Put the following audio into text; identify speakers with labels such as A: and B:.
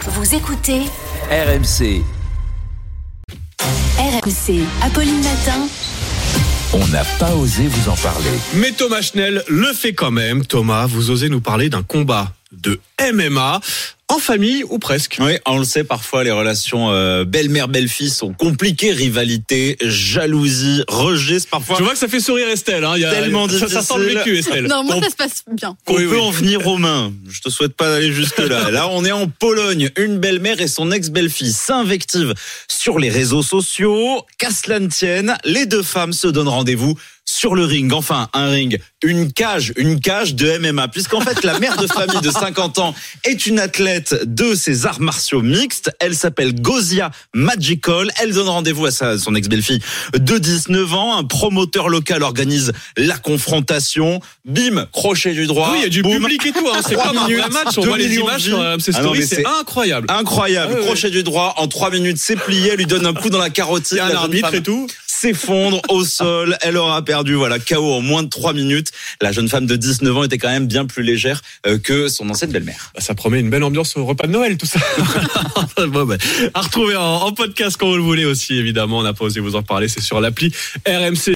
A: Vous écoutez
B: RMC,
A: RMC. Apolline Matin.
B: on n'a pas osé vous en parler.
C: Mais Thomas Schnell le fait quand même. Thomas, vous osez nous parler d'un combat de MMA en famille ou presque.
D: Oui, on le sait parfois, les relations euh, belle-mère-belle-fille sont compliquées, rivalité, jalousie, rejet, c'est parfois
C: Je vois que ça fait sourire Estelle. Hein. il y a-
D: Tellement
C: ça, ça sent le
D: difficile.
C: vécu, Estelle.
E: Non, moi,
D: On-
E: ça se passe bien.
D: qu'on
C: Oui,
D: peut
C: oui.
D: en venir aux mains. Je te souhaite pas d'aller jusque-là. Là, on est en Pologne. Une belle-mère et son ex-belle-fille s'invectivent sur les réseaux sociaux. Qu'à cela ne tienne, les deux femmes se donnent rendez-vous sur le ring. Enfin, un ring, une cage, une cage de MMA. Puisqu'en fait, la mère de famille de 50 ans est une athlète de ces arts martiaux mixtes. Elle s'appelle Gozia Magical. Elle donne rendez-vous à sa, son ex-belle-fille de 19 ans. Un promoteur local organise la confrontation. Bim, crochet du droit.
C: Ah oui, il y a du
D: Boum.
C: public et tout. hein. C'est
D: Trois
C: comme un vrai
D: minutes,
C: match. On
D: deux
C: voit les
D: millions de
C: images
D: vues.
C: sur RMC
D: Ah non,
C: Story.
D: mais
C: c'est
D: c'est-
C: incroyable.
D: Incroyable,
C: Ah ouais.
D: crochet du droit en trois minutes, c'est plié, lui donne un coup dans la carotide.
C: Il y a un
D: la jeune
C: arbitre
D: femme
C: et tout.
D: S'effondre au sol, elle aura perdu, voilà, KO en moins de trois minutes. La jeune femme de 19 ans était quand même bien plus légère euh, que son ancienne belle-mère.
C: Bah, ça promet une belle ambiance au repas de Noël, tout ça. Bon, bah, à retrouver en, en podcast quand vous le voulez aussi, évidemment. On n'a pas osé vous en parler. C'est sur l'appli RMC.